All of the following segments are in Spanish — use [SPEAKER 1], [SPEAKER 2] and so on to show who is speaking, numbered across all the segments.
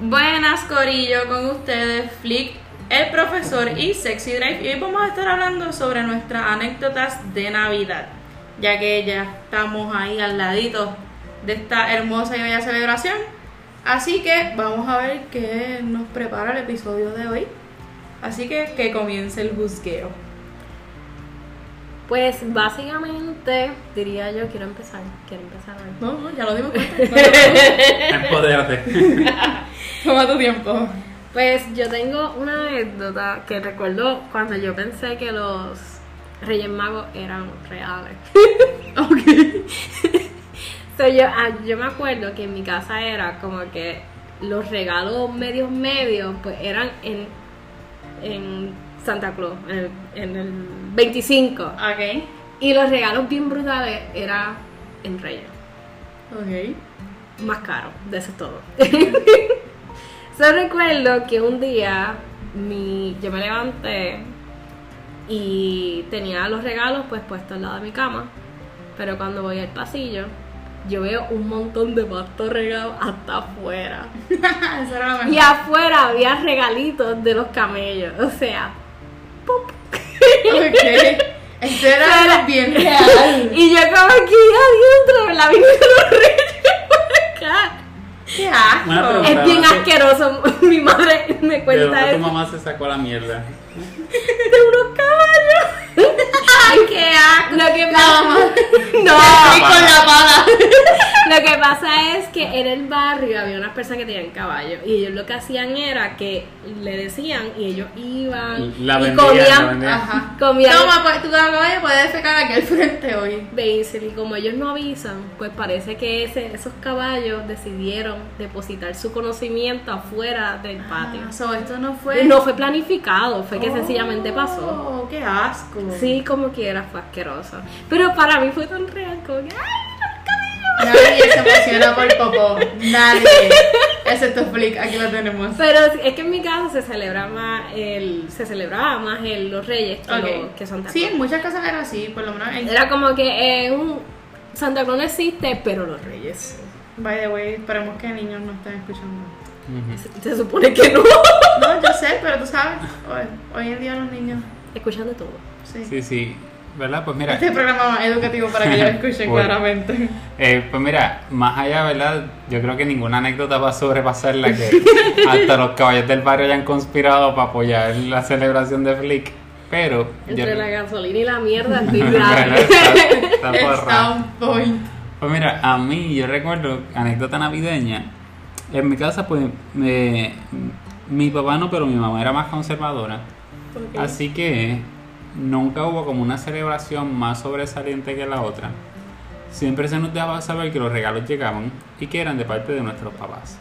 [SPEAKER 1] Buenas, Corillo, con ustedes, Flick, el profesor y Sexy Drive. Y hoy vamos a estar hablando sobre nuestras anécdotas de Navidad, ya que ya estamos ahí al ladito de esta hermosa y bella celebración. Así que vamos a ver qué nos prepara el episodio de hoy. Así que que comience el juzgueo.
[SPEAKER 2] Pues básicamente diría yo, quiero empezar, quiero empezar. hoy.
[SPEAKER 1] No, no, ya lo dimos cuenta.
[SPEAKER 3] Empodérate.
[SPEAKER 1] Toma tu tiempo.
[SPEAKER 2] Pues yo tengo una anécdota que recuerdo cuando yo pensé que los Reyes Magos eran reales. ok. So, yo, ah, yo me acuerdo que en mi casa era como que los regalos medios medios pues eran en, en Santa Claus, en el, en el 25.
[SPEAKER 1] Ok.
[SPEAKER 2] Y los regalos bien brutales eran en Reyes.
[SPEAKER 1] Ok.
[SPEAKER 2] más caro, de eso es todo. Yo recuerdo que un día mi, yo me levanté y tenía los regalos pues puestos al lado de mi cama, pero cuando voy al pasillo yo veo un montón de pastos regados hasta afuera.
[SPEAKER 1] Eso era lo mejor.
[SPEAKER 2] Y afuera había regalitos de los camellos, o sea,
[SPEAKER 1] Ok. Esto era
[SPEAKER 2] Era-
[SPEAKER 1] bien real.
[SPEAKER 2] y yo como que adentro la vida de los reyes por acá.
[SPEAKER 1] Qué asco.
[SPEAKER 3] Una pregunta.
[SPEAKER 2] Es bien asqueroso, mi madre me
[SPEAKER 3] Pero
[SPEAKER 2] cuenta
[SPEAKER 3] tu
[SPEAKER 2] eso.
[SPEAKER 3] mamá se sacó la mierda.
[SPEAKER 2] de unos caballos. Ay, qué asco. Lo que pasa,
[SPEAKER 1] Y
[SPEAKER 2] no,
[SPEAKER 1] con la pala.
[SPEAKER 2] lo que pasa es que en el barrio había unas personas que tenían caballos y ellos lo que hacían era que le decían y ellos iban
[SPEAKER 3] La
[SPEAKER 2] y
[SPEAKER 3] vendían, la
[SPEAKER 2] comían,
[SPEAKER 3] vendían.
[SPEAKER 1] Ajá.
[SPEAKER 2] comían
[SPEAKER 1] Toma, pues, tu caballo puede defecar aquí al frente hoy.
[SPEAKER 2] basil, y como ellos no avisan, pues parece que ese- esos caballos decidieron depositar su conocimiento afuera del patio.
[SPEAKER 1] Ah, so, esto no fue.
[SPEAKER 2] No fue planificado, fue que
[SPEAKER 1] Oh,
[SPEAKER 2] sencillamente pasó.
[SPEAKER 1] Qué asco.
[SPEAKER 2] Sí, como quiera, fue asqueroso. Pero para mí fue tan real como que, ¡ay,
[SPEAKER 1] Nadie se apasiona por popó. Nadie. Excepto Flick, aquí lo tenemos.
[SPEAKER 2] los camellos! Pero sí, es que en mi casa se celebra más el, se celebraba más el, los reyes que,
[SPEAKER 1] Ok.
[SPEAKER 2] los- que Santa
[SPEAKER 1] Sí, en
[SPEAKER 2] Claus.
[SPEAKER 1] muchas casas era así, por lo menos en.
[SPEAKER 2] Era como que eh, un Santa Claus no existe, pero los reyes.
[SPEAKER 1] By the way, esperemos que niños no estén escuchando.
[SPEAKER 3] Ujú.
[SPEAKER 2] Se, se supone que no.
[SPEAKER 1] No, yo sé, pero tú sabes. Hoy, hoy en día los niños.
[SPEAKER 2] Escuchando todo.
[SPEAKER 1] Sí.
[SPEAKER 3] Sí, sí. ¿Verdad? Pues mira,
[SPEAKER 1] Este programa es educativo para que yo lo escuchen
[SPEAKER 3] Bueno.
[SPEAKER 1] claramente.
[SPEAKER 3] eh, pues mira, más allá, ¿verdad? Yo creo que ninguna anécdota va a sobrepasar la que hasta los caballos del barrio hayan conspirado para apoyar la celebración de Flick. Pero yo-
[SPEAKER 2] Entre la gasolina y la mierda, estoy
[SPEAKER 3] Bueno,
[SPEAKER 2] grave.
[SPEAKER 3] está- está
[SPEAKER 1] Está
[SPEAKER 3] forrado.
[SPEAKER 1] un point.
[SPEAKER 3] Pues mira, a mí yo recuerdo anécdota navideña. En mi casa, pues, eh, mi papá no, pero mi mamá era más conservadora.
[SPEAKER 2] Ok.
[SPEAKER 3] Así que nunca hubo como una celebración más sobresaliente que la otra. Siempre se nos dejaba saber que los regalos llegaban y que eran de parte de nuestros papás.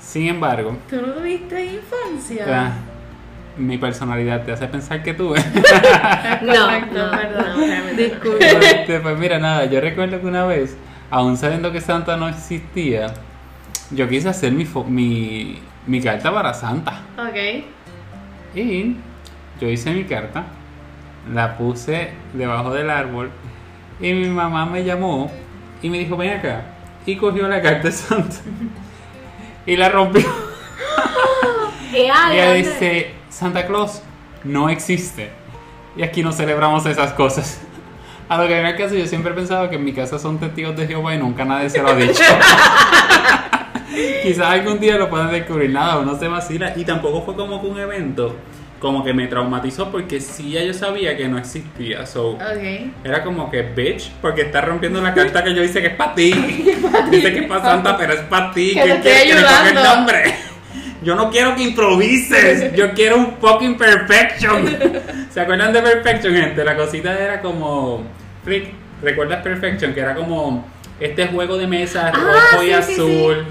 [SPEAKER 3] Sin embargo,
[SPEAKER 1] ¿Tú no tuviste infancia?
[SPEAKER 3] ah, mi personalidad te hace pensar que tuve. Ah.
[SPEAKER 2] No,
[SPEAKER 1] Correcto,
[SPEAKER 2] no,
[SPEAKER 1] perdón.
[SPEAKER 2] no, realmente no.
[SPEAKER 3] Este, pues mira, nada, yo recuerdo que una vez, aún sabiendo que Santa no existía, yo quise hacer mi, fo- mi, mi carta para Santa.
[SPEAKER 1] Ok.
[SPEAKER 3] Y yo hice mi carta, la puse debajo del árbol y mi mamá me llamó y me dijo, ven acá. Y cogió la carta de Santa y la rompió.
[SPEAKER 2] Eh,
[SPEAKER 3] Y
[SPEAKER 2] ay,
[SPEAKER 3] ella
[SPEAKER 2] ay,
[SPEAKER 3] dice, Santa Claus no existe. Y aquí no celebramos esas cosas. A lo que viene al caso, yo siempre he pensado que en mi casa son testigos de Jehová y nunca nadie se lo ha dicho. Quizás algún día lo puedan descubrir, nada, uno se vacila. Y tampoco fue como que un evento como que me traumatizó porque sí ya yo sabía que no existía. So,
[SPEAKER 1] Ok.
[SPEAKER 3] era como que, bitch, porque está rompiendo la carta que yo hice que es para ti. Dice que es para Santa, pero es para ti.
[SPEAKER 1] Que te
[SPEAKER 3] ¿Qué
[SPEAKER 1] estoy
[SPEAKER 3] quieres que le ponga el
[SPEAKER 1] ayudando.
[SPEAKER 3] nombre? Yo no quiero que improvises. Yo quiero un fucking perfection. ¿Se acuerdan de perfection, gente? La cosita era como. Rick, ¿recuerdas perfection? Que era como este juego de mesa rojo y
[SPEAKER 2] sí, sí,
[SPEAKER 3] azul.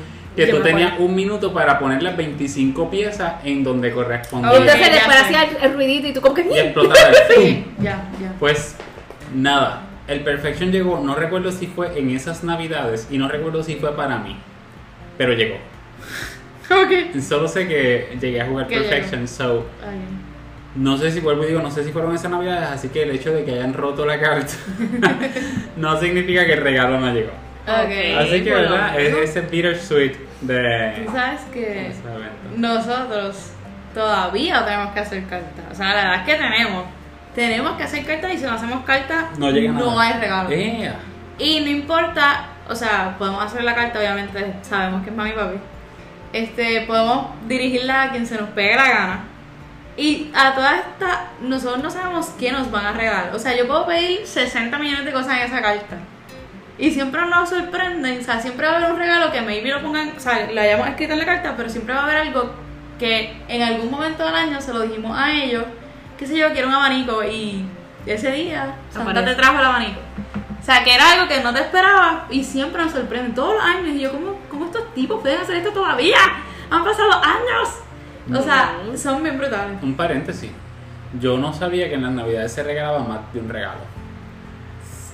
[SPEAKER 2] Yo
[SPEAKER 3] Que tú
[SPEAKER 2] me acuerdo.
[SPEAKER 3] tenías un minuto para poner las 25 piezas en donde correspondía.
[SPEAKER 1] Ok,
[SPEAKER 2] Entonces
[SPEAKER 1] ya
[SPEAKER 2] después
[SPEAKER 1] sé.
[SPEAKER 2] hacía el, el ruidito y tú como que...
[SPEAKER 3] Y explotaba el zoom.
[SPEAKER 1] Sí, ya, ya.
[SPEAKER 3] Pues nada, el Perfection llegó, no recuerdo si fue en esas navidades y no recuerdo si fue para mí, pero llegó.
[SPEAKER 1] Ok.
[SPEAKER 3] Solo sé que llegué a jugar
[SPEAKER 1] Que llegó.
[SPEAKER 3] Perfection, so no sé si vuelvo y digo, no sé si fueron esas navidades, así que el hecho de que hayan roto la carta no significa que el regalo no llegó.
[SPEAKER 1] Ok.
[SPEAKER 3] Así que,
[SPEAKER 2] bueno,
[SPEAKER 3] ¿verdad? Es
[SPEAKER 2] ¿no?
[SPEAKER 3] ese bittersweet de.
[SPEAKER 1] Tú sabes que
[SPEAKER 3] ese evento.
[SPEAKER 1] nosotros todavía tenemos que hacer cartas. O sea, la edad que tenemos, tenemos que hacer cartas y si no hacemos cartas,
[SPEAKER 3] No llega nada. ¿Eh?
[SPEAKER 1] hay regalo.
[SPEAKER 3] Yeah.
[SPEAKER 1] Y no importa, o sea, podemos hacer la carta, obviamente sabemos que es mami y papi. Este, podemos dirigirla a quien se nos pegue la gana. Y a todas estas, nosotros no sabemos qué nos van a regalar. O sea, yo puedo pedir 60 millones de cosas en esa carta. Y siempre nos sorprenden, o sea, siempre va a haber un regalo que maybe lo pongan, o sea, lo hayamos escrito en la carta, pero siempre va a haber algo que en algún momento del año se lo dijimos a ellos, qué sé yo, quiero un abanico y ese día Santa
[SPEAKER 2] Aparece.
[SPEAKER 1] te trajo el abanico. O sea, que era algo que no te esperaba y siempre nos sorprenden todos los años. Y yo, ¿cómo, cómo estos tipos pueden hacer esto todavía? Han pasado años. O sea,
[SPEAKER 2] Ujú.
[SPEAKER 1] son bien brutales.
[SPEAKER 3] Un paréntesis. Yo no sabía que en las navidades se regalaba más de un regalo.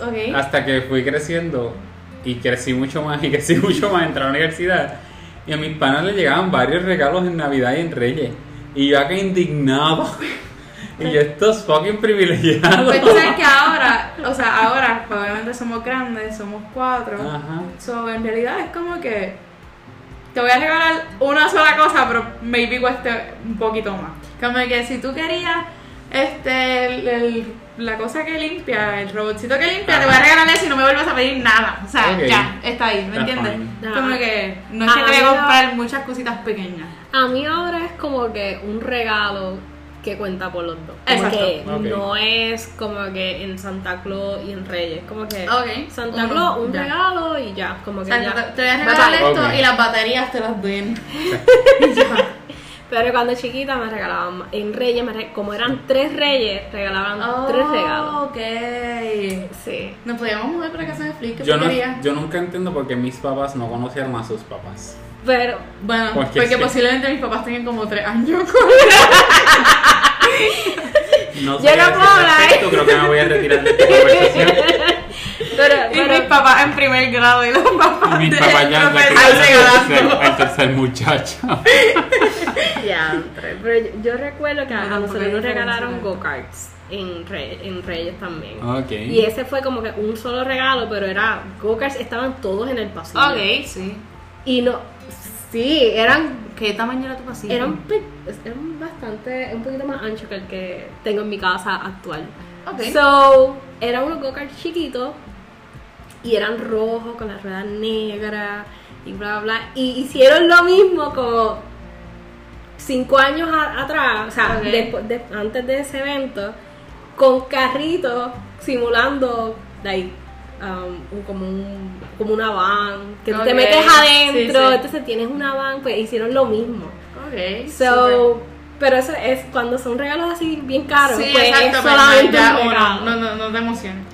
[SPEAKER 1] Ok.
[SPEAKER 3] Hasta que fui creciendo y crecí mucho más y crecí mucho más, entré a la universidad y a mis panas le llegaban varios regalos en Navidad y en Reyes. Y yo acá indignado. Y yo, estos fucking privilegiados.
[SPEAKER 1] Pues tú sabes que ahora, o sea, ahora, pues, obviamente somos grandes, somos cuatro.
[SPEAKER 3] Ajá.
[SPEAKER 1] So, en realidad es como que te voy a regalar una sola cosa, pero maybe cueste un poquito más. Como que si tú querías este, el- el- la cosa que limpia, el robotcito que limpia, te voy a regalar eso y no me vuelvas a pedir nada. O sea,
[SPEAKER 3] Ok.
[SPEAKER 1] ya, está ahí, ¿me
[SPEAKER 3] That's
[SPEAKER 1] entiendes?
[SPEAKER 3] fine.
[SPEAKER 1] Como que no es que
[SPEAKER 2] Ah,
[SPEAKER 1] te voy a
[SPEAKER 2] mira.
[SPEAKER 1] comprar muchas cositas pequeñas.
[SPEAKER 2] A mí ahora es como que un regalo que cuenta por los dos. Como
[SPEAKER 1] Exacto.
[SPEAKER 2] que
[SPEAKER 3] Ok.
[SPEAKER 2] no es como que en Santa Claus y en Reyes. Como que
[SPEAKER 1] Ok.
[SPEAKER 2] Santa
[SPEAKER 1] Uno,
[SPEAKER 2] Claus, un
[SPEAKER 1] ya.
[SPEAKER 2] regalo y ya. Como
[SPEAKER 1] O
[SPEAKER 2] que
[SPEAKER 1] sea,
[SPEAKER 2] ya.
[SPEAKER 1] te, te voy a
[SPEAKER 2] Bye,
[SPEAKER 1] regalar
[SPEAKER 2] bye.
[SPEAKER 1] esto
[SPEAKER 3] Ok.
[SPEAKER 1] y las baterías te las den.
[SPEAKER 2] Pero cuando chiquita me regalaban más. En Reyes, me re- como eran tres Reyes, regalaban tres regalos.
[SPEAKER 1] Oh, Ok.
[SPEAKER 2] Sí.
[SPEAKER 1] Nos podíamos mover para casa de Flick, que
[SPEAKER 3] Yo, no-
[SPEAKER 1] porquería.
[SPEAKER 3] yo nunca entiendo por qué mis papás no conocían más a sus papás.
[SPEAKER 2] Pero
[SPEAKER 1] Bueno,
[SPEAKER 3] Porque
[SPEAKER 1] porque,
[SPEAKER 3] sí.
[SPEAKER 1] posiblemente mis papás tengan como tres años.
[SPEAKER 3] No
[SPEAKER 2] Yo
[SPEAKER 3] sé qué
[SPEAKER 2] no
[SPEAKER 3] decir
[SPEAKER 2] puedo
[SPEAKER 3] al
[SPEAKER 2] hablar.
[SPEAKER 3] respecto, Creo que me voy a retirar de esta conversación.
[SPEAKER 2] pero,
[SPEAKER 1] y mis
[SPEAKER 2] pero
[SPEAKER 1] papás en primer grado y los papás
[SPEAKER 3] Y mis
[SPEAKER 1] de
[SPEAKER 3] papás ya
[SPEAKER 1] profesor
[SPEAKER 3] al tercer,
[SPEAKER 1] regalando.
[SPEAKER 3] al tercer muchacho.
[SPEAKER 2] Ya, pero yo, yo recuerdo que a-
[SPEAKER 1] No,
[SPEAKER 2] a
[SPEAKER 1] tampoco
[SPEAKER 2] nosotros
[SPEAKER 1] hay
[SPEAKER 2] nos
[SPEAKER 1] diferencia,
[SPEAKER 2] regalaron
[SPEAKER 1] ¿no?
[SPEAKER 2] go-karts en, Re- en Reyes también.
[SPEAKER 3] Ok.
[SPEAKER 2] Y ese fue como que un solo regalo, pero era go-karts, estaban todos en el pasillo.
[SPEAKER 1] Ok, sí.
[SPEAKER 2] Y no, sí, eran,
[SPEAKER 1] ¿Qué tamaño era tu pasillo?
[SPEAKER 2] eran, pe- eran bastante, un poquito más ancho que el que tengo en mi casa actual.
[SPEAKER 1] Ok.
[SPEAKER 2] So, eran unos go-karts chiquitos y eran rojos con las ruedas negras y bla, bla, bla. Y hicieron lo mismo como cinco años a- atrás, o sea,
[SPEAKER 1] Ok.
[SPEAKER 2] despu- de- antes de ese evento, con carritos simulando like, um, un- como, un, como una van, que tú te
[SPEAKER 1] Ok.
[SPEAKER 2] metes adentro,
[SPEAKER 1] Sí, sí.
[SPEAKER 2] entonces tienes una van, pues hicieron lo mismo.
[SPEAKER 1] ok.
[SPEAKER 2] So, pero eso es cuando son regalos así bien caros,
[SPEAKER 1] sí,
[SPEAKER 2] pues
[SPEAKER 1] exacto,
[SPEAKER 2] es
[SPEAKER 1] pero
[SPEAKER 2] solamente
[SPEAKER 1] ya
[SPEAKER 2] un
[SPEAKER 1] uno,
[SPEAKER 2] regalo.
[SPEAKER 1] No, no, no te emociones.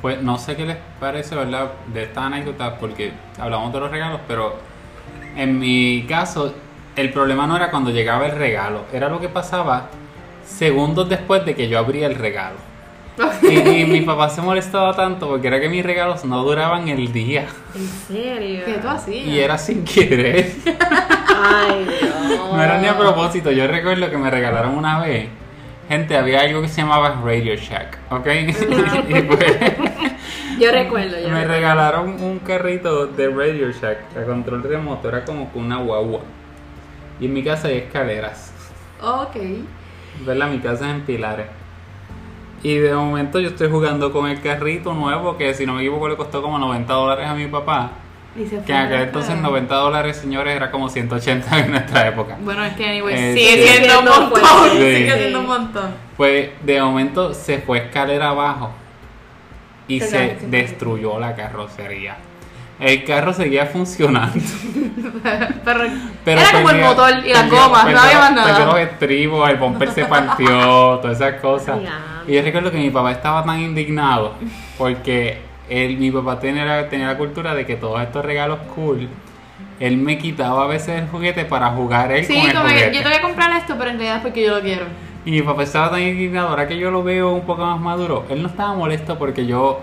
[SPEAKER 3] Pues no sé qué les parece, ¿verdad? De esta anécdota, porque hablamos de los regalos, pero en mi caso, el problema no era cuando llegaba el regalo, era lo que pasaba segundos después de que yo abría el regalo. Y, y mi papá se molestaba tanto porque era que mis regalos no duraban el día
[SPEAKER 2] ¿En serio?
[SPEAKER 1] ¿Qué tú hacías?
[SPEAKER 3] y era sin querer.
[SPEAKER 2] Ay, Dios.
[SPEAKER 3] No era ni a propósito, yo recuerdo que me regalaron una vez. Gente, había algo que se llamaba Radio Shack, ¿ok? y pues
[SPEAKER 2] Yo recuerdo, yo
[SPEAKER 3] me
[SPEAKER 2] recuerdo.
[SPEAKER 3] regalaron un carrito de Radio Shack a control remoto, era como que una guagua. Y en mi casa hay escaleras,
[SPEAKER 1] Ok.
[SPEAKER 3] ¿verdad? Mi casa es en pilares. Y de momento yo estoy jugando con el carrito nuevo que si no me equivoco le costó como 90 dólares a mi papá.
[SPEAKER 1] Y se
[SPEAKER 3] Que en aquel entonces 90 dólares, señores, era como 180 en nuestra época.
[SPEAKER 1] Bueno, es que anyway,
[SPEAKER 3] Eh,
[SPEAKER 1] sigue
[SPEAKER 3] sí.
[SPEAKER 1] siendo un
[SPEAKER 2] Siendo
[SPEAKER 1] montón.
[SPEAKER 2] fuerte.
[SPEAKER 1] Sigue
[SPEAKER 3] Sí.
[SPEAKER 1] siendo un montón.
[SPEAKER 3] Pues de momento se fue escalera abajo y
[SPEAKER 1] Se
[SPEAKER 3] se
[SPEAKER 1] cayó.
[SPEAKER 3] destruyó la carrocería. El carro seguía funcionando.
[SPEAKER 1] Pero,
[SPEAKER 3] Pero
[SPEAKER 1] era como el
[SPEAKER 3] perdió-
[SPEAKER 1] motor y las
[SPEAKER 3] perdió-
[SPEAKER 1] gomas, no
[SPEAKER 3] perdió-
[SPEAKER 1] había más
[SPEAKER 3] Perdió los
[SPEAKER 1] nada.
[SPEAKER 3] estribos, el bumper se partió, todas esas cosas.
[SPEAKER 2] Ya.
[SPEAKER 3] Y yo recuerdo que mi papá estaba tan indignado porque él, mi papá tenía la, tenía la cultura de que todos estos regalos cool, él me quitaba a veces el juguete para jugar él con
[SPEAKER 1] Sí,
[SPEAKER 3] el
[SPEAKER 1] como que
[SPEAKER 3] juguete.
[SPEAKER 1] yo te voy a comprar esto, pero en realidad es porque yo lo quiero.
[SPEAKER 3] Y mi papá estaba tan indignado, ahora que yo lo veo un poco más maduro, él no estaba molesto porque yo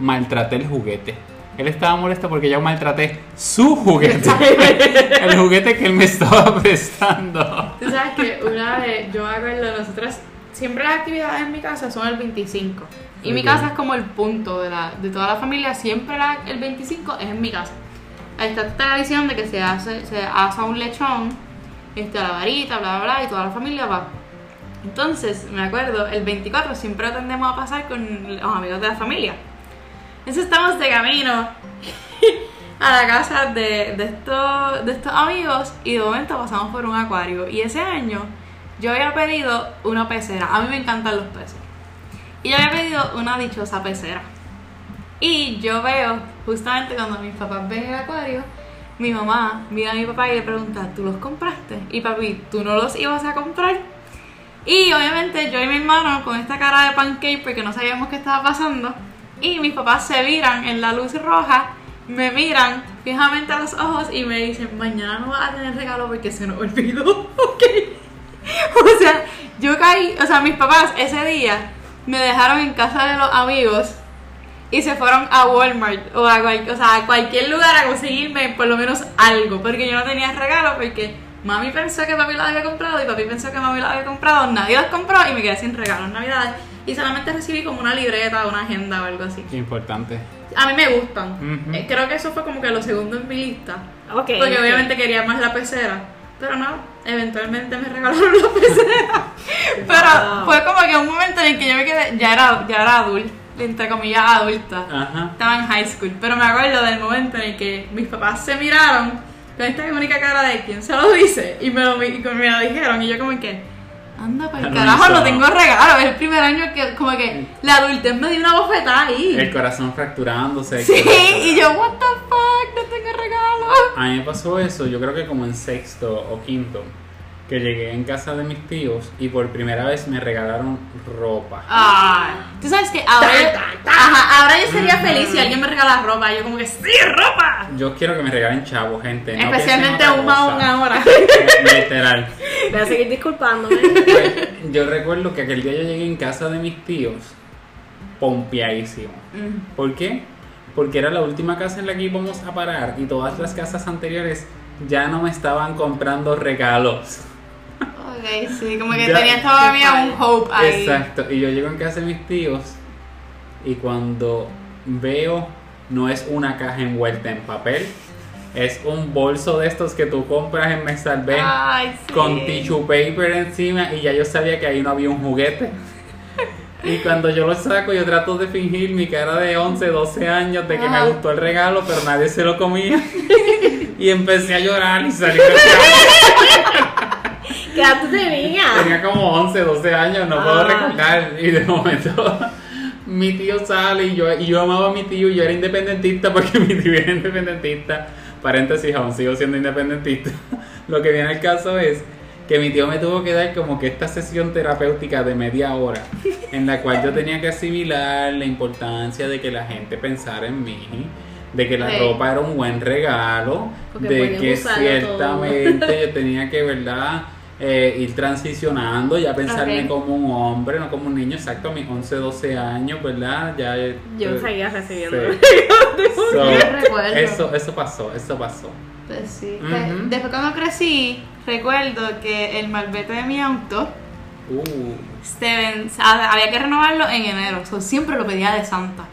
[SPEAKER 3] maltraté el juguete. Él estaba molesto porque yo maltraté su juguete. el juguete que él me estaba prestando.
[SPEAKER 1] Tú sabes que una vez, yo me acuerdo, nosotros siempre las actividades en mi casa son el 25. Y mi
[SPEAKER 3] Ok.
[SPEAKER 1] casa es como el punto de, la, de toda la familia. Siempre la- el 25 es en mi casa. Ahí está esta tradición de que se hace, se asa un lechón, este, a la varita, bla, bla, bla, y toda la familia va. Entonces, me acuerdo, el 24 siempre lo tendemos a pasar con los amigos de la familia. Entonces estamos de camino a la casa de, de estos, de estos amigos y de momento pasamos por un acuario. Y ese año yo había pedido una pecera. A mí me encantan los peces. Y yo había pedido una dichosa pecera. Y yo veo, justamente cuando mis papás ven el acuario, mi mamá mira a mi papá y le pregunta, ¿tú los compraste? Y papi, ¿tú no los ibas a comprar? Y obviamente yo y mi hermano con esta cara de pancake porque no sabíamos qué estaba pasando. Y mis papás se viran en la luz roja, me miran fijamente a los ojos y me dicen, mañana no vas a tener regalo porque se nos olvidó. Ok. O sea, yo caí, o sea, mis papás ese día me dejaron en casa de los amigos y se fueron a Walmart o a, cual- o sea, a cualquier lugar a conseguirme por lo menos algo, porque yo no tenía regalo, porque mami pensó que papi lo había comprado y papi pensó que mami lo había comprado, nadie los compró y me quedé sin regalos en Navidades y solamente recibí como una libreta o una agenda o algo así.
[SPEAKER 3] Qué importante.
[SPEAKER 1] A mí me gustan,
[SPEAKER 3] Ujú.
[SPEAKER 1] Eh, creo que eso fue como que lo segundo en mi lista,
[SPEAKER 2] Ok.
[SPEAKER 1] porque
[SPEAKER 2] ok.
[SPEAKER 1] obviamente quería más la pecera, pero no, eventualmente me regalaron la pecera. pero
[SPEAKER 2] Wow.
[SPEAKER 1] fue como que un momento en el que yo me quedé, ya era, ya era adulta, entre comillas adulta.
[SPEAKER 2] Ah.
[SPEAKER 3] Ajá.
[SPEAKER 1] Estaba en high school, pero me acuerdo del momento en el que mis papás se miraron con esta única cara de quién se lo dice y me lo, mi- y me lo dijeron y yo como que, anda para el carajo, no tengo regalo, es el primer año que como que la adultez me dio una bofetada
[SPEAKER 3] El
[SPEAKER 1] ahí.
[SPEAKER 3] corazón fracturándose. el
[SPEAKER 1] Sí,
[SPEAKER 3] corazón.
[SPEAKER 1] y yo, what the fuck, no tengo regalo.
[SPEAKER 3] A mí me pasó eso, yo creo que como en sexto o quinto, que llegué en casa de mis tíos y por primera vez me regalaron ropa.
[SPEAKER 1] Ay, tú sabes que ahora, Ajá, ahora yo
[SPEAKER 3] Mm.
[SPEAKER 1] sería feliz si alguien me regala ropa, yo como que, sí, ropa.
[SPEAKER 3] Yo quiero que me regalen chavos, gente. no piensen en
[SPEAKER 1] Ah. Especialmente
[SPEAKER 3] otra
[SPEAKER 1] un
[SPEAKER 3] cosa.
[SPEAKER 1] maón ahora.
[SPEAKER 3] Literal.
[SPEAKER 2] Voy a seguir disculpándome.
[SPEAKER 3] Pues, yo recuerdo que aquel día yo llegué en casa de mis tíos, pompeadísimo. ¿Por qué? Porque era la última casa en la que íbamos a parar y todas las casas anteriores ya no me estaban comprando regalos.
[SPEAKER 1] Ok, sí, como que
[SPEAKER 3] Ya.
[SPEAKER 1] tenía todavía un hope ahí.
[SPEAKER 3] Exacto. Y yo llego en casa de mis tíos y cuando veo no es una caja envuelta en papel, es un bolso de estos que tú compras en Me Salvé
[SPEAKER 1] Ah. Ay, sí.
[SPEAKER 3] con tissue paper encima y ya yo sabía que ahí no había un juguete. Y cuando yo lo saco, yo trato de fingir mi cara de 11, 12 años de que me
[SPEAKER 1] Ajá.
[SPEAKER 3] gustó el regalo, pero nadie se lo comía. Y empecé a llorar y salí del carro.
[SPEAKER 2] ¿Qué edad tú tenías?
[SPEAKER 3] Tenía como 11, 12 años, no puedo
[SPEAKER 2] Ah.
[SPEAKER 3] recordar. Y de momento, mi tío sale y yo, y yo amaba a mi tío. Yo era independentista porque mi tío era independentista. Paréntesis, aún sigo siendo independentista. Lo que viene al caso es que mi tío me tuvo que dar como que esta sesión terapéutica de media hora, en la cual yo tenía que asimilar la importancia de que la gente pensara en mí, de que la
[SPEAKER 1] Ey.
[SPEAKER 3] ropa era un buen regalo,
[SPEAKER 2] Porque
[SPEAKER 3] de
[SPEAKER 2] pueden
[SPEAKER 3] que
[SPEAKER 2] usarlo
[SPEAKER 3] ciertamente yo tenía que, ¿verdad? Eh, ir transicionando, ya pensarme
[SPEAKER 1] Ok.
[SPEAKER 3] como un hombre, no como un niño, exacto, a mis 11, 12 años, ¿verdad? Ya, eh,
[SPEAKER 2] Yo
[SPEAKER 3] eh,
[SPEAKER 2] seguía recibiendo.
[SPEAKER 3] sí. So,
[SPEAKER 1] recuerdo.
[SPEAKER 3] eso, eso pasó, eso pasó.
[SPEAKER 1] Pues sí.
[SPEAKER 3] Ujú.
[SPEAKER 1] De- Después cuando crecí, recuerdo que el malvete de mi auto
[SPEAKER 3] Uh,
[SPEAKER 1] se ven- a- había que renovarlo en enero. So, siempre lo pedía de Santa.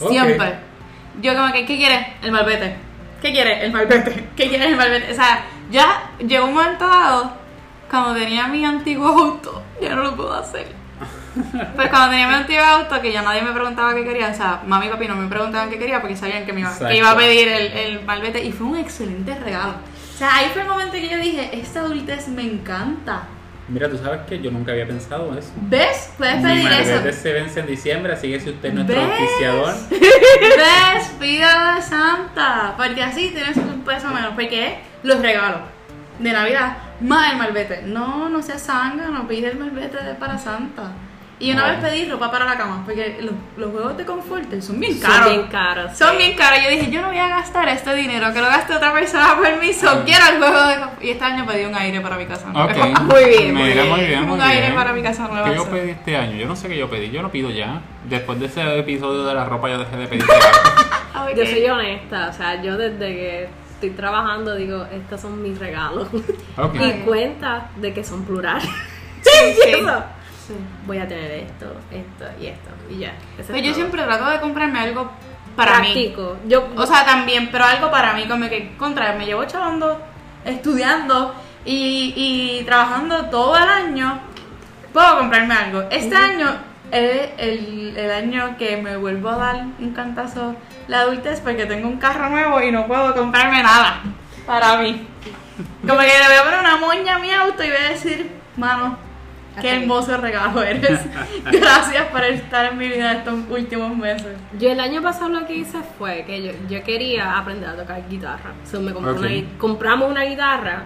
[SPEAKER 3] Ok.
[SPEAKER 1] Siempre. Yo como que, ¿qué quieres? El malvete. ¿Qué quieres? El malvete. ¿Qué quieres? El malvete. O sea, ya llegó un momento dado, cuando tenía mi antiguo auto, ya no lo puedo hacer. Pues cuando tenía mi antiguo auto, que ya nadie me preguntaba qué quería, o sea, mami y papi no me preguntaban qué quería porque sabían que, me iba, que
[SPEAKER 3] Exacto.
[SPEAKER 1] iba a pedir el, el malvete y fue un excelente regalo. O sea, ahí fue el momento que yo dije, esta adultez me encanta.
[SPEAKER 3] mira, tú sabes que yo nunca había pensado eso.
[SPEAKER 1] ¿Ves? Puedes
[SPEAKER 3] Mi
[SPEAKER 1] pedir eso.
[SPEAKER 3] malvete se vence en diciembre, así que si usted es nuestro
[SPEAKER 1] ¿Ves?
[SPEAKER 3] auspiciador,
[SPEAKER 1] ¿Ves? Pídalo de Santa. Porque así tienes un peso menos. Porque los regalos de Navidad más el malvete. No, no seas sanga, no pide el malvete de- para Santa. Y una
[SPEAKER 3] Bueno.
[SPEAKER 1] vez pedí ropa para la cama. Porque los, los juegos de confort son bien caros.
[SPEAKER 2] Son bien caros.
[SPEAKER 1] Son bien caros. Yo dije, yo no voy a gastar este dinero que lo gaste otra persona por mí. So,
[SPEAKER 3] Ah.
[SPEAKER 1] quiero el juego de confort. Y este año pedí un aire para mi casa. nueva.
[SPEAKER 3] Ok.
[SPEAKER 2] Muy bien, muy
[SPEAKER 3] Mira,
[SPEAKER 2] bien.
[SPEAKER 3] muy bien, muy
[SPEAKER 1] Un aire
[SPEAKER 3] bien.
[SPEAKER 1] para mi casa nueva.
[SPEAKER 3] ¿Qué yo pedí este año? Yo no sé qué yo pedí, yo no pido ya. Después de ese episodio de la ropa, yo dejé de pedir regalos.
[SPEAKER 1] Ok.
[SPEAKER 2] Yo soy honesta, o sea, yo desde que estoy trabajando digo, estos son mis regalos.
[SPEAKER 3] Ok.
[SPEAKER 2] Y cuenta de que son plurales.
[SPEAKER 1] Sí, sí.
[SPEAKER 2] Eso.
[SPEAKER 1] Sí.
[SPEAKER 2] voy a tener esto, esto y esto. Y ya. Eso es
[SPEAKER 1] Pues yo
[SPEAKER 2] todo.
[SPEAKER 1] siempre trato de comprarme algo para mí.
[SPEAKER 2] Práctico. Yo,
[SPEAKER 1] O sea, también, pero algo para mí, como que contra, me llevo chavando, estudiando y, y trabajando todo el año. Puedo comprarme algo. Este año es el, el año que me vuelvo a dar un cantazo la adultez porque tengo un carro nuevo y no puedo comprarme nada para mí. Como que le voy a poner una moña a mi auto y voy a decir, mano, qué
[SPEAKER 2] Hasta aquí".
[SPEAKER 1] hermoso regalo eres. Gracias por estar en mi vida estos últimos meses.
[SPEAKER 2] Yo el año pasado lo que hice fue que yo, yo quería aprender a tocar guitarra. So, me compré
[SPEAKER 3] Ok.
[SPEAKER 2] una gui- compramos una guitarra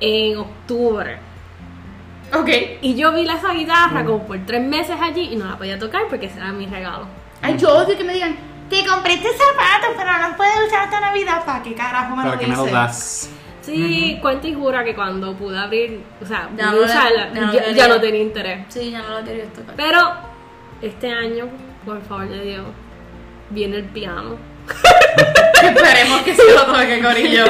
[SPEAKER 2] en octubre.
[SPEAKER 1] Ok.
[SPEAKER 2] Y yo vi la- esa guitarra como por tres meses allí y no la podía tocar porque ese era mi regalo.
[SPEAKER 1] Ay, yo odio que me digan, te compré este zapato, pero no puedes usar hasta Navidad. ¿Para qué carajo me
[SPEAKER 3] ¿Para
[SPEAKER 1] lo
[SPEAKER 3] qué me lo
[SPEAKER 1] dices?
[SPEAKER 3] das?
[SPEAKER 2] Sí, cuenta y jura que cuando pude abrir, o sea,
[SPEAKER 1] Ya
[SPEAKER 2] pude
[SPEAKER 1] no le-
[SPEAKER 2] usarla,
[SPEAKER 1] ya no
[SPEAKER 2] ya,
[SPEAKER 1] quería.
[SPEAKER 2] ya no tenía interés.
[SPEAKER 1] Sí, ya no lo quería tocar.
[SPEAKER 2] Pero este año, por favor de Dios, viene el piano.
[SPEAKER 1] Esperemos que se lo toque Corillo.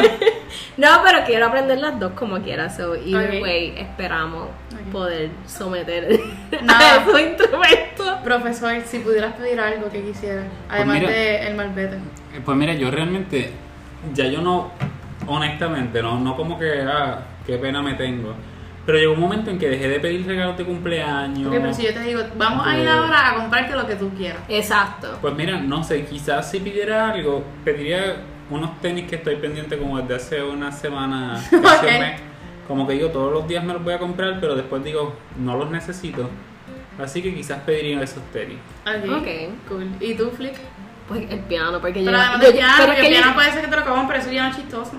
[SPEAKER 2] No, pero quiero aprender las dos como quiera, so either
[SPEAKER 1] Ok.
[SPEAKER 2] way esperamos
[SPEAKER 1] Ok.
[SPEAKER 2] poder someter a
[SPEAKER 1] Nada.
[SPEAKER 2] esos instrumentos.
[SPEAKER 1] Profesor, si pudieras pedir algo que quisieras,
[SPEAKER 3] además
[SPEAKER 1] además
[SPEAKER 3] Pues mira.
[SPEAKER 1] de el malvete.
[SPEAKER 3] Eh, Pues mira, yo realmente, ya yo no, honestamente, no, no como que, ah, qué pena me tengo. Pero llegó un momento en que dejé de pedir regalos de cumpleaños.
[SPEAKER 1] pero si yo te digo, vamos a ir ahora a comprarte lo que tú quieras.
[SPEAKER 2] Exacto.
[SPEAKER 3] Pues mira, no sé, quizás si pidiera algo, pediría unos tenis que estoy pendiente como desde hace una semana, casi un
[SPEAKER 1] Ok.
[SPEAKER 3] mes. Como que digo, todos los días me los voy a comprar, pero después digo, no los necesito. Así que quizás pediría esos tenis.
[SPEAKER 2] Ok.
[SPEAKER 1] Cool. ¿Y tú, Flick?
[SPEAKER 2] Pues el piano, porque
[SPEAKER 1] Pero
[SPEAKER 2] yo,
[SPEAKER 1] además
[SPEAKER 2] yo-
[SPEAKER 1] de
[SPEAKER 2] yo-
[SPEAKER 1] piano,
[SPEAKER 2] pero es
[SPEAKER 1] porque
[SPEAKER 2] que
[SPEAKER 1] el
[SPEAKER 2] yo-
[SPEAKER 1] piano puede ser que te lo coman, pero eso ya no es chistoso.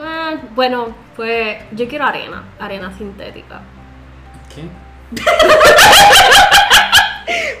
[SPEAKER 2] Ah, bueno, pues yo quiero arena, arena sintética.
[SPEAKER 3] ¿Qué?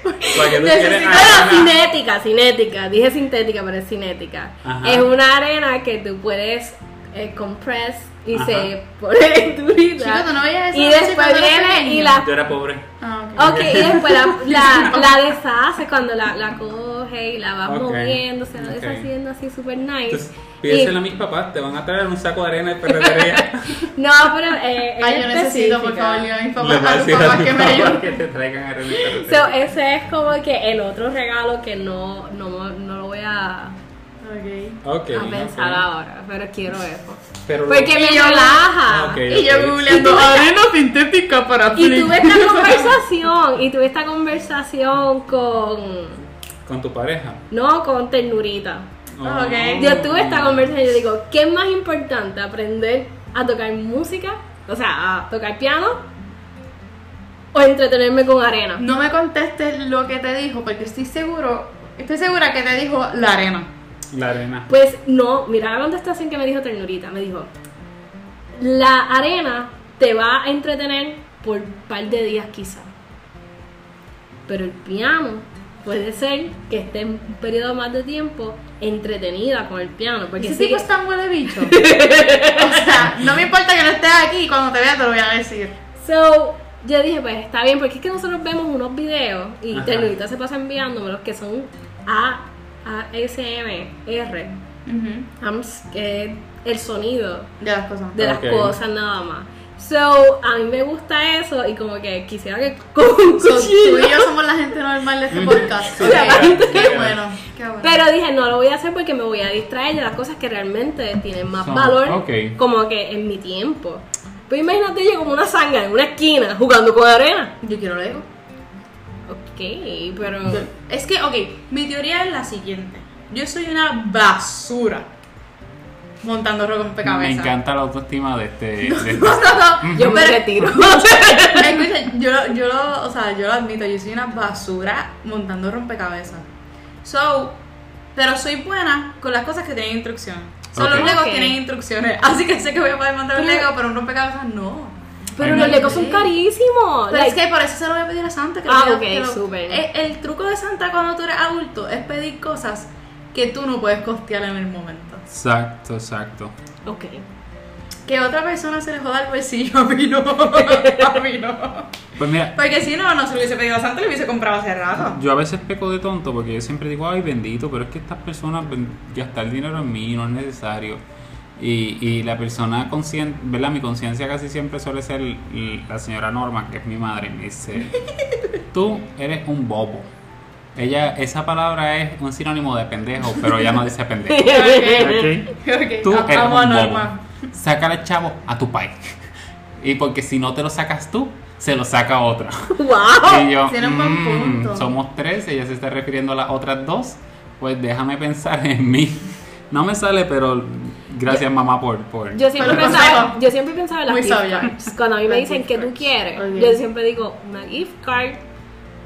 [SPEAKER 3] ¿Para qué tú
[SPEAKER 1] Necesito
[SPEAKER 3] quieres
[SPEAKER 2] Ah,
[SPEAKER 3] arena?
[SPEAKER 2] cinética, cinética, dije sintética, pero es cinética.
[SPEAKER 3] Ajá.
[SPEAKER 2] Es una arena que tú puedes eh, compress y
[SPEAKER 3] Ajá.
[SPEAKER 2] se pone en tu vida.
[SPEAKER 1] Chico, tú no veías eso
[SPEAKER 2] y
[SPEAKER 1] de chico
[SPEAKER 2] después
[SPEAKER 1] cuando eras
[SPEAKER 2] viene y
[SPEAKER 1] pequeño.
[SPEAKER 2] la
[SPEAKER 3] Yo era pobre.
[SPEAKER 1] Ah, ok.
[SPEAKER 2] Ok, y después la, la, la deshace cuando la, la coge y la va
[SPEAKER 3] Ok,
[SPEAKER 2] moviendo, se va
[SPEAKER 3] ok.
[SPEAKER 2] deshaciendo así super nice.
[SPEAKER 3] Entonces,
[SPEAKER 2] Y-
[SPEAKER 3] pídeselo a mis papás, te van a traer un saco de arena de ferretería.
[SPEAKER 2] no, pero eh, es
[SPEAKER 1] Ay, yo necesito, por
[SPEAKER 2] específica.
[SPEAKER 1] favor, yo a mis
[SPEAKER 3] Le
[SPEAKER 1] papás,
[SPEAKER 3] voy
[SPEAKER 1] a
[SPEAKER 3] decir
[SPEAKER 1] los papás
[SPEAKER 3] mis
[SPEAKER 1] que me
[SPEAKER 3] papás
[SPEAKER 1] ayuden.
[SPEAKER 3] que te traigan arena de
[SPEAKER 2] So,
[SPEAKER 3] ferretería.
[SPEAKER 2] ese es como que el otro regalo que no, no, no lo voy a,
[SPEAKER 1] Ok.
[SPEAKER 3] Ok,
[SPEAKER 2] a pensar
[SPEAKER 3] ok.
[SPEAKER 2] ahora, pero quiero eso.
[SPEAKER 3] Pero lo- Ah,
[SPEAKER 2] Porque me
[SPEAKER 1] Y yo-
[SPEAKER 2] relaja.
[SPEAKER 3] Ok.
[SPEAKER 1] Y yo googleando arena sintética para
[SPEAKER 2] Y
[SPEAKER 1] Flick.
[SPEAKER 2] tuve esta conversación, y tuve esta conversación con,
[SPEAKER 3] con tu pareja. Oh.
[SPEAKER 2] no, con ternurita.
[SPEAKER 1] Ah, ok.
[SPEAKER 2] Yo tuve esta conversación y yo digo, ¿qué es más importante? ¿Aprender a tocar música? O sea, a tocar piano o entretenerme con arena.
[SPEAKER 1] No me contestes lo que te dijo, porque estoy seguro, estoy segura que te dijo la arena.
[SPEAKER 3] La arena.
[SPEAKER 2] Pues no, mira la contestación que me dijo Ternurita. Me dijo, la arena te va a entretener por un par de días quizá. Pero el piano puede ser que esté un periodo más de tiempo entretenida con el piano. Porque
[SPEAKER 1] Ese
[SPEAKER 2] sí,
[SPEAKER 1] tipo es tan huele bicho. o sea, no me importa que no estés aquí, cuando te vea te lo voy a decir.
[SPEAKER 2] So, yo dije, pues está bien, porque es que nosotros vemos unos videos y
[SPEAKER 3] Ajá.
[SPEAKER 2] Ternurita se pasa enviándome los que son A, ASMR, I'm scared, el sonido
[SPEAKER 1] De las cosas.
[SPEAKER 2] de
[SPEAKER 3] Ok.
[SPEAKER 2] las cosas nada más. So, a mí me gusta eso y como que quisiera que con un
[SPEAKER 1] So, tú y
[SPEAKER 2] cuchillo.
[SPEAKER 1] yo somos la gente normal de este podcast.
[SPEAKER 3] Sí,
[SPEAKER 1] Ok,
[SPEAKER 3] claro,
[SPEAKER 1] Qué
[SPEAKER 3] claro.
[SPEAKER 1] bueno, qué bueno.
[SPEAKER 2] Pero dije, no lo voy a hacer porque me voy a distraer de las cosas que realmente tienen más
[SPEAKER 3] Son-
[SPEAKER 2] valor,
[SPEAKER 3] ok.
[SPEAKER 2] como que en mi tiempo. Pues imagínate yo como una sanga en una esquina jugando con arena.
[SPEAKER 1] yo quiero Lego.
[SPEAKER 2] Ok, pero.
[SPEAKER 1] Es que, ok, mi teoría es la siguiente. Yo soy una basura montando
[SPEAKER 3] Me
[SPEAKER 1] rompecabezas.
[SPEAKER 3] encanta la autoestima de este. de este-
[SPEAKER 1] No, no, no.
[SPEAKER 2] Yo me
[SPEAKER 1] Pero-
[SPEAKER 2] retiro.
[SPEAKER 1] Escucha, yo, lo- yo, lo, o sea, yo lo admito, yo soy una basura montando rompecabezas. So, pero soy buena con las cosas que tienen instrucción. So,
[SPEAKER 3] Ok.
[SPEAKER 1] los legos
[SPEAKER 2] Ok.
[SPEAKER 1] tienen instrucciones, así que sé que voy a poder montar un
[SPEAKER 2] Pero-
[SPEAKER 1] lego, pero un rompecabezas no.
[SPEAKER 2] Pero los legos son carísimos.
[SPEAKER 1] Pero
[SPEAKER 2] Like,
[SPEAKER 1] es que por eso se lo voy a pedir a Santa. Que lo
[SPEAKER 2] Ah,
[SPEAKER 1] pida-
[SPEAKER 2] ok,
[SPEAKER 1] que lo-
[SPEAKER 2] súper.
[SPEAKER 1] El, el truco de Santa cuando tú eres adulto es pedir cosas que tú no puedes costear en el momento.
[SPEAKER 3] Exacto, exacto.
[SPEAKER 2] Ok.
[SPEAKER 1] Que otra persona se le joda el bolsillo, a mí no. A mí no.
[SPEAKER 3] Pues mira,
[SPEAKER 1] Porque si no, no se lo hubiese pedido a Santa, lo hubiese comprado hace rato.
[SPEAKER 3] yo a veces peco de tonto porque yo siempre digo, ay bendito, pero es que estas personas ven- gastar dinero en mí no es necesario. Y, y la persona consciente, ¿verdad? Mi conciencia casi siempre suele ser l- l- la señora Norma, que es mi madre, me dice, tú eres un bobo. Ella, esa palabra es un sinónimo de pendejo, pero ella no dice pendejo.
[SPEAKER 1] Ok.
[SPEAKER 3] Ok. Tú eres
[SPEAKER 1] Vamos a
[SPEAKER 3] un bobo.
[SPEAKER 1] Norma.
[SPEAKER 3] Sácale chavo a tu país. Y porque si no te lo sacas tú, se lo saca otra.
[SPEAKER 2] ¡Wow!
[SPEAKER 3] Y yo,
[SPEAKER 1] tiene un buen
[SPEAKER 3] "Mm,
[SPEAKER 1] punto".
[SPEAKER 3] somos tres, ella se está refiriendo a las otras dos, pues déjame pensar en mí. No me sale, pero gracias mamá por... por
[SPEAKER 2] Yo siempre,
[SPEAKER 1] Pero
[SPEAKER 2] pensaba,
[SPEAKER 1] consejo.
[SPEAKER 2] yo siempre pensaba en las
[SPEAKER 1] Muy
[SPEAKER 2] gift
[SPEAKER 1] sabia.
[SPEAKER 2] cards. Cuando a mí me
[SPEAKER 1] Las
[SPEAKER 2] dicen
[SPEAKER 1] gift
[SPEAKER 2] que tú
[SPEAKER 1] cards.
[SPEAKER 2] quieres,
[SPEAKER 1] Ok.
[SPEAKER 2] yo siempre digo una gift card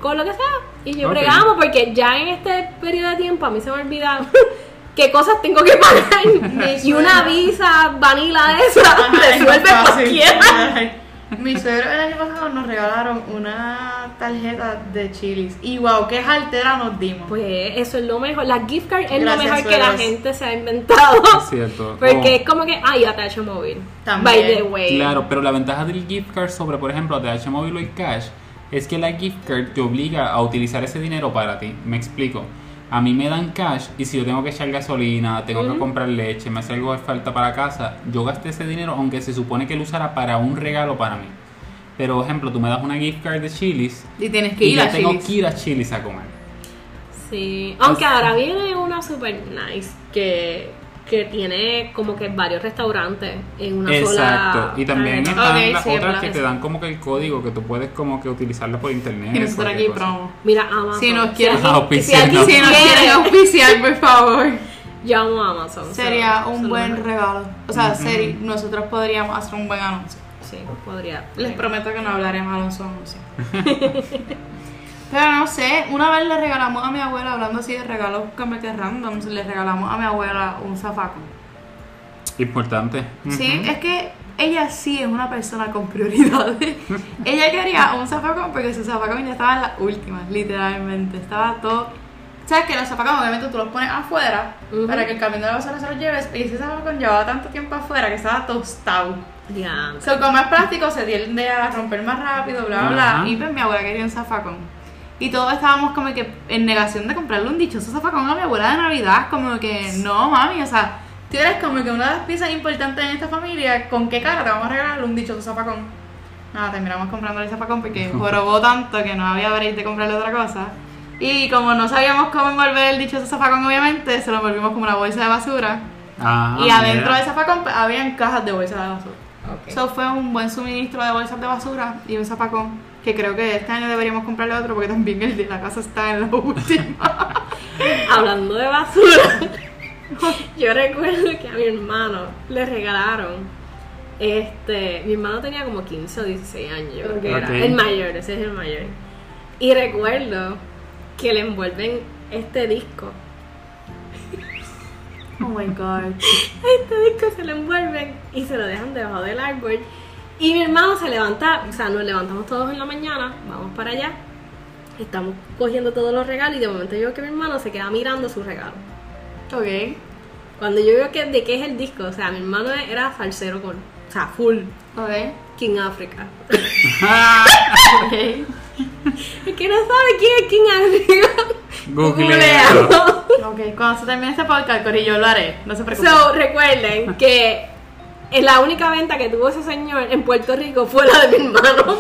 [SPEAKER 2] con lo que sea. Y yo
[SPEAKER 3] Ok.
[SPEAKER 2] bregamos porque ya en este periodo de tiempo a mí se me ha olvidado qué cosas tengo que pagar. y
[SPEAKER 1] suena.
[SPEAKER 2] una visa vanilla de esa
[SPEAKER 1] Ajá, es más
[SPEAKER 2] resuelve
[SPEAKER 1] fácil.
[SPEAKER 2] cualquiera.
[SPEAKER 1] Ay. Mi suegro el año pasado nos regalaron una tarjeta de chilis. Y wow, qué jaltera nos dimos.
[SPEAKER 2] Pues eso es lo mejor. Las gift cards es lo
[SPEAKER 1] Gracias,
[SPEAKER 2] mejor que la
[SPEAKER 1] suegros.
[SPEAKER 2] gente se ha inventado.
[SPEAKER 3] Es cierto.
[SPEAKER 2] Porque
[SPEAKER 3] Oh.
[SPEAKER 2] es como que, ay, atache móvil.
[SPEAKER 1] También.
[SPEAKER 2] By the way.
[SPEAKER 3] Claro, pero la ventaja del gift card sobre, por ejemplo, ATH móvil y cash es que la gift card te obliga a utilizar ese dinero para ti. Me explico. A mí me dan cash y si yo tengo que echar gasolina, tengo que comprar leche, me hace algo de falta para casa, yo gasté ese dinero aunque se supone que lo usara para un regalo para mí. Pero, por ejemplo, tú me das una gift card de Chili's
[SPEAKER 1] Y tienes que
[SPEAKER 3] y
[SPEAKER 1] ir
[SPEAKER 3] yo
[SPEAKER 1] a
[SPEAKER 3] tengo
[SPEAKER 1] chilis.
[SPEAKER 3] que ir a Chili's a comer.
[SPEAKER 2] Sí, aunque ahora viene una super nice que, que tiene como que varios restaurantes en una sola.
[SPEAKER 3] Exacto. Y también
[SPEAKER 2] tarjeta.
[SPEAKER 3] están
[SPEAKER 1] Ah, Ok,
[SPEAKER 3] las
[SPEAKER 1] sí,
[SPEAKER 3] otras
[SPEAKER 1] en
[SPEAKER 3] que
[SPEAKER 1] plan,
[SPEAKER 3] te dan como que el código que tú puedes como que utilizarlo por internet.
[SPEAKER 1] Y nosotros
[SPEAKER 3] cualquier
[SPEAKER 1] aquí
[SPEAKER 3] cosa.
[SPEAKER 1] promo.
[SPEAKER 2] Mira, Amazon.
[SPEAKER 1] Si nos quieren-
[SPEAKER 2] alguien-
[SPEAKER 3] Auspiciar,
[SPEAKER 2] si
[SPEAKER 3] ¿no?
[SPEAKER 2] alguien
[SPEAKER 1] Si nos quieren
[SPEAKER 2] quiere,
[SPEAKER 1] auspiciar, por favor.
[SPEAKER 2] yo amo Amazon.
[SPEAKER 1] Sería
[SPEAKER 2] se lo- se
[SPEAKER 1] un
[SPEAKER 2] lo
[SPEAKER 1] buen
[SPEAKER 2] mejor.
[SPEAKER 1] regalo. O sea,
[SPEAKER 3] Ujú.
[SPEAKER 1] seri- nosotros podríamos hacer un buen anuncio.
[SPEAKER 2] Sí, podría.
[SPEAKER 1] Les prometo que no hablaré mal de su anuncio. Pero no sé, una vez le regalamos a mi abuela, hablando así de regalos que me quedan random, le regalamos a mi abuela un zafaco.
[SPEAKER 3] Importante.
[SPEAKER 1] Sí,
[SPEAKER 3] Ujú.
[SPEAKER 1] es que ella sí es una persona con prioridades. ella quería un zapacón porque su zapacón ya estaba en las últimas, literalmente. Estaba todo. ¿Sabes que los zapacones obviamente tú los pones afuera
[SPEAKER 2] Ujú.
[SPEAKER 1] para que el camión de la basura se los lleves? Y ese zapacón llevaba tanto tiempo afuera que estaba tostado.
[SPEAKER 2] Ya.
[SPEAKER 1] O sea, como es plástico, se tiende a romper más rápido, bla, bla,
[SPEAKER 3] Ajá.
[SPEAKER 1] bla. Y pues mi abuela quería un zafacón. Y todos estábamos como que en negación de comprarle un dichoso zafacón a mi abuela de Navidad. Como que, no, mami, o sea, tú eres como que una de las piezas importantes en esta familia. ¿Con qué cara te vamos a regalar un dichoso zafacón? Nada, terminamos comprándole el zafacón porque jorobó tanto que no había break de comprarle otra cosa. Y como no sabíamos cómo envolver el dichoso zafacón, obviamente, se lo envolvimos como una bolsa de basura.
[SPEAKER 3] Ah,
[SPEAKER 1] y adentro
[SPEAKER 3] mira.
[SPEAKER 1] de zafacón pues, habían cajas de bolsas de basura.
[SPEAKER 2] ok.
[SPEAKER 1] Eso fue un buen suministro de bolsas de basura y un zapacón. Que creo que este año deberíamos comprarle otro porque también el de la casa está en la última.
[SPEAKER 2] Hablando de basura, yo recuerdo que a mi hermano le regalaron. Este, mi hermano tenía como 15 o 16 años, yo creo que
[SPEAKER 3] Ok.
[SPEAKER 2] era. El mayor, ese es el mayor. Y recuerdo que le envuelven este disco.
[SPEAKER 1] Oh my god.
[SPEAKER 2] Este disco se lo envuelven y se lo dejan debajo del árbol. Y mi hermano se levanta, o sea, nos levantamos todos en la mañana, vamos para allá. Estamos cogiendo todos los regalos y de momento yo veo que mi hermano se queda mirando sus regalos.
[SPEAKER 1] Ok.
[SPEAKER 2] Cuando yo veo que, de qué es el disco, o sea, mi hermano era falsero con, o sea, full
[SPEAKER 1] Ok.
[SPEAKER 2] King Africa.
[SPEAKER 1] Ok.
[SPEAKER 2] El que no sabe quién es King Africa,
[SPEAKER 3] Googlealo.
[SPEAKER 2] googlealo.
[SPEAKER 1] Ok. Cuando se termine este podcast, Corillo, lo haré. No se preocupen.
[SPEAKER 2] So, recuerden que la única venta que tuvo ese señor en Puerto Rico fue la de mi hermano.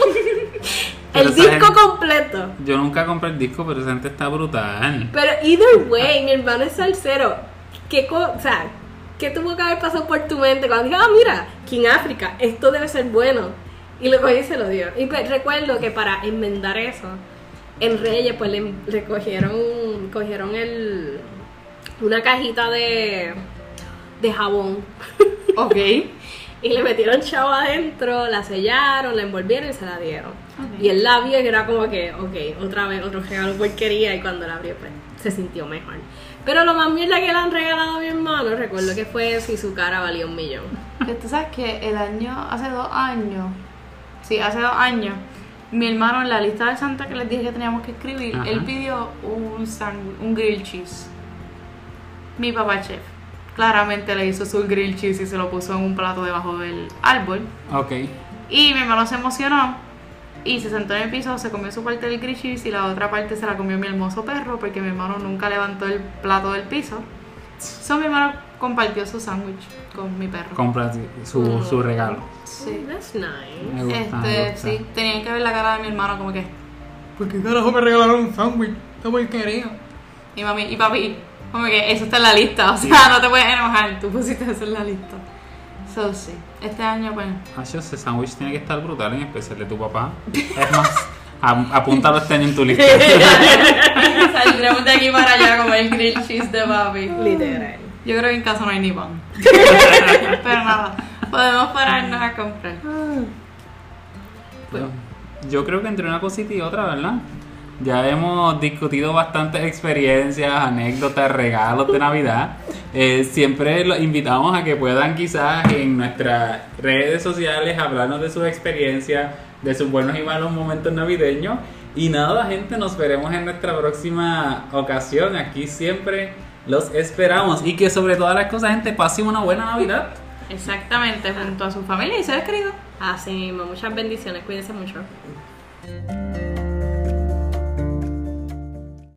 [SPEAKER 3] Pero
[SPEAKER 2] El
[SPEAKER 3] esa
[SPEAKER 2] disco
[SPEAKER 3] gente-
[SPEAKER 2] completo.
[SPEAKER 3] Yo nunca compré el disco, pero esa gente está brutal.
[SPEAKER 2] Pero either way, mi hermano es salsero. ¿Qué co- o sea, ¿qué tuvo que haber pasado por tu mente cuando dije, ah, mira, King África, esto debe ser bueno? Y luego y se lo dio. Y pues, recuerdo que para enmendar eso, en Reyes pues le, le cogieron, cogieron el, una cajita de, de jabón
[SPEAKER 1] Ok.
[SPEAKER 2] y le metieron chavo adentro, la sellaron, la envolvieron y se la dieron.
[SPEAKER 1] Ok.
[SPEAKER 2] Y el labio era como que, ok, otra vez otro regalo porquería y cuando la abrió pues se sintió mejor. Pero lo más mierda que le han regalado a mi hermano, recuerdo que fue si su cara valía un millón.
[SPEAKER 1] Que Tú sabes que el año, hace dos años, sí, hace dos años, mi hermano en la lista de Santa que les dije que teníamos que escribir,
[SPEAKER 3] Ajá.
[SPEAKER 1] él pidió un, sang- un grill cheese. Mi papá chef claramente le hizo su grill cheese y se lo puso en un plato debajo del árbol.
[SPEAKER 3] Ok.
[SPEAKER 1] Y mi hermano se emocionó y se sentó en el piso, se comió su parte del grill cheese y la otra parte se la comió mi hermoso perro porque mi hermano nunca levantó el plato del piso. So mi hermano compartió su sándwich con mi perro.
[SPEAKER 3] Compra su, su regalo.
[SPEAKER 1] Sí.
[SPEAKER 2] That's nice.
[SPEAKER 3] Me gusta, me
[SPEAKER 1] Mm. Este,
[SPEAKER 3] gusta.
[SPEAKER 1] sí, tenían que ver la cara de mi hermano como que,
[SPEAKER 3] ¿Por qué carajo me regalaron un sándwich? Esta porquería.
[SPEAKER 1] y mami, y papi, como que eso está en la lista, o sea, no te puedes enojar, tú pusiste eso en la lista. So, sí, este año, pues,
[SPEAKER 3] Hacho, ese sándwich tiene que estar brutal, en especial de tu papá. Es más, a- apúntalo este año en tu lista.
[SPEAKER 1] saldremos de aquí para allá a comer grilled cheese de papi.
[SPEAKER 2] Literal.
[SPEAKER 1] Yo creo que en casa no hay ni pan. Pero nada, podemos pararnos a comprar.
[SPEAKER 3] Yo, Pues, yo creo que entre una cosita y otra, ¿verdad? Ya hemos discutido bastantes experiencias, anécdotas, regalos de Navidad. Eh, siempre los invitamos a que puedan quizás en nuestras redes sociales hablarnos de sus experiencias, de sus buenos y malos momentos navideños. Y nada, gente, nos veremos en nuestra próxima ocasión. Aquí siempre los esperamos. Y que sobre todas las cosas, gente, pasen una buena Navidad.
[SPEAKER 1] Exactamente, junto a su familia y seres queridos.
[SPEAKER 2] Así mismo, muchas bendiciones, cuídense mucho.